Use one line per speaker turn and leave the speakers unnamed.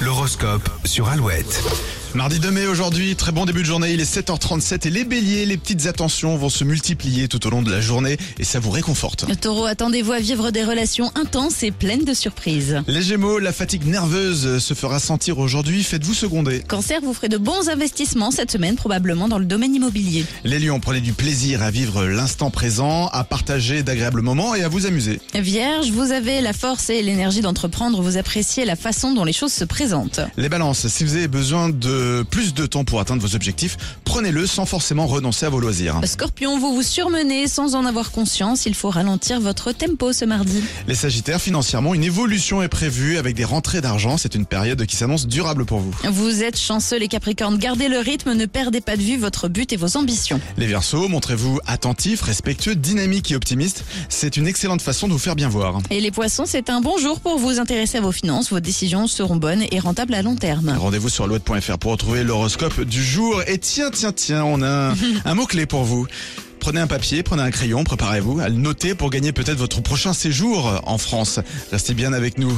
L'horoscope sur Alouette.
Mardi 2 mai aujourd'hui, très bon début de journée, il est 7h37 et les béliers, les petites attentions vont se multiplier tout au long de la journée et ça vous réconforte.
Taureau, attendez-vous à vivre des relations intenses et pleines de surprises.
Les gémeaux, la fatigue nerveuse se fera sentir aujourd'hui, faites-vous seconder.
Cancer, vous ferez de bons investissements cette semaine, probablement dans le domaine immobilier.
Les lions, prenez du plaisir à vivre l'instant présent, à partager d'agréables moments et à vous amuser.
Vierge, vous avez la force et l'énergie d'entreprendre, vous appréciez la façon dont les choses se présentent.
Les balances, si vous avez besoin de plus de temps pour atteindre vos objectifs, prenez-le sans forcément renoncer à vos loisirs.
Scorpion, vous vous surmenez sans en avoir conscience, il faut ralentir votre tempo ce mardi.
Les sagittaires, financièrement, une évolution est prévue avec des rentrées d'argent, c'est une période qui s'annonce durable pour vous.
Vous êtes chanceux les Capricornes, gardez le rythme, ne perdez pas de vue votre but et vos ambitions.
Les Verseaux, montrez-vous attentifs, respectueux, dynamiques et optimistes. C'est une excellente façon de vous faire bien voir.
Et les poissons, c'est un bon jour pour vous intéresser à vos finances, vos décisions seront bonnes et rentables à long terme.
Rendez-vous sur alouette.fr pour retrouver l'horoscope du jour. Et tiens, tiens, tiens, on a un, un mot-clé pour vous. Prenez un papier, prenez un crayon, préparez-vous à le noter pour gagner peut-être votre prochain séjour en France. Restez bien avec nous.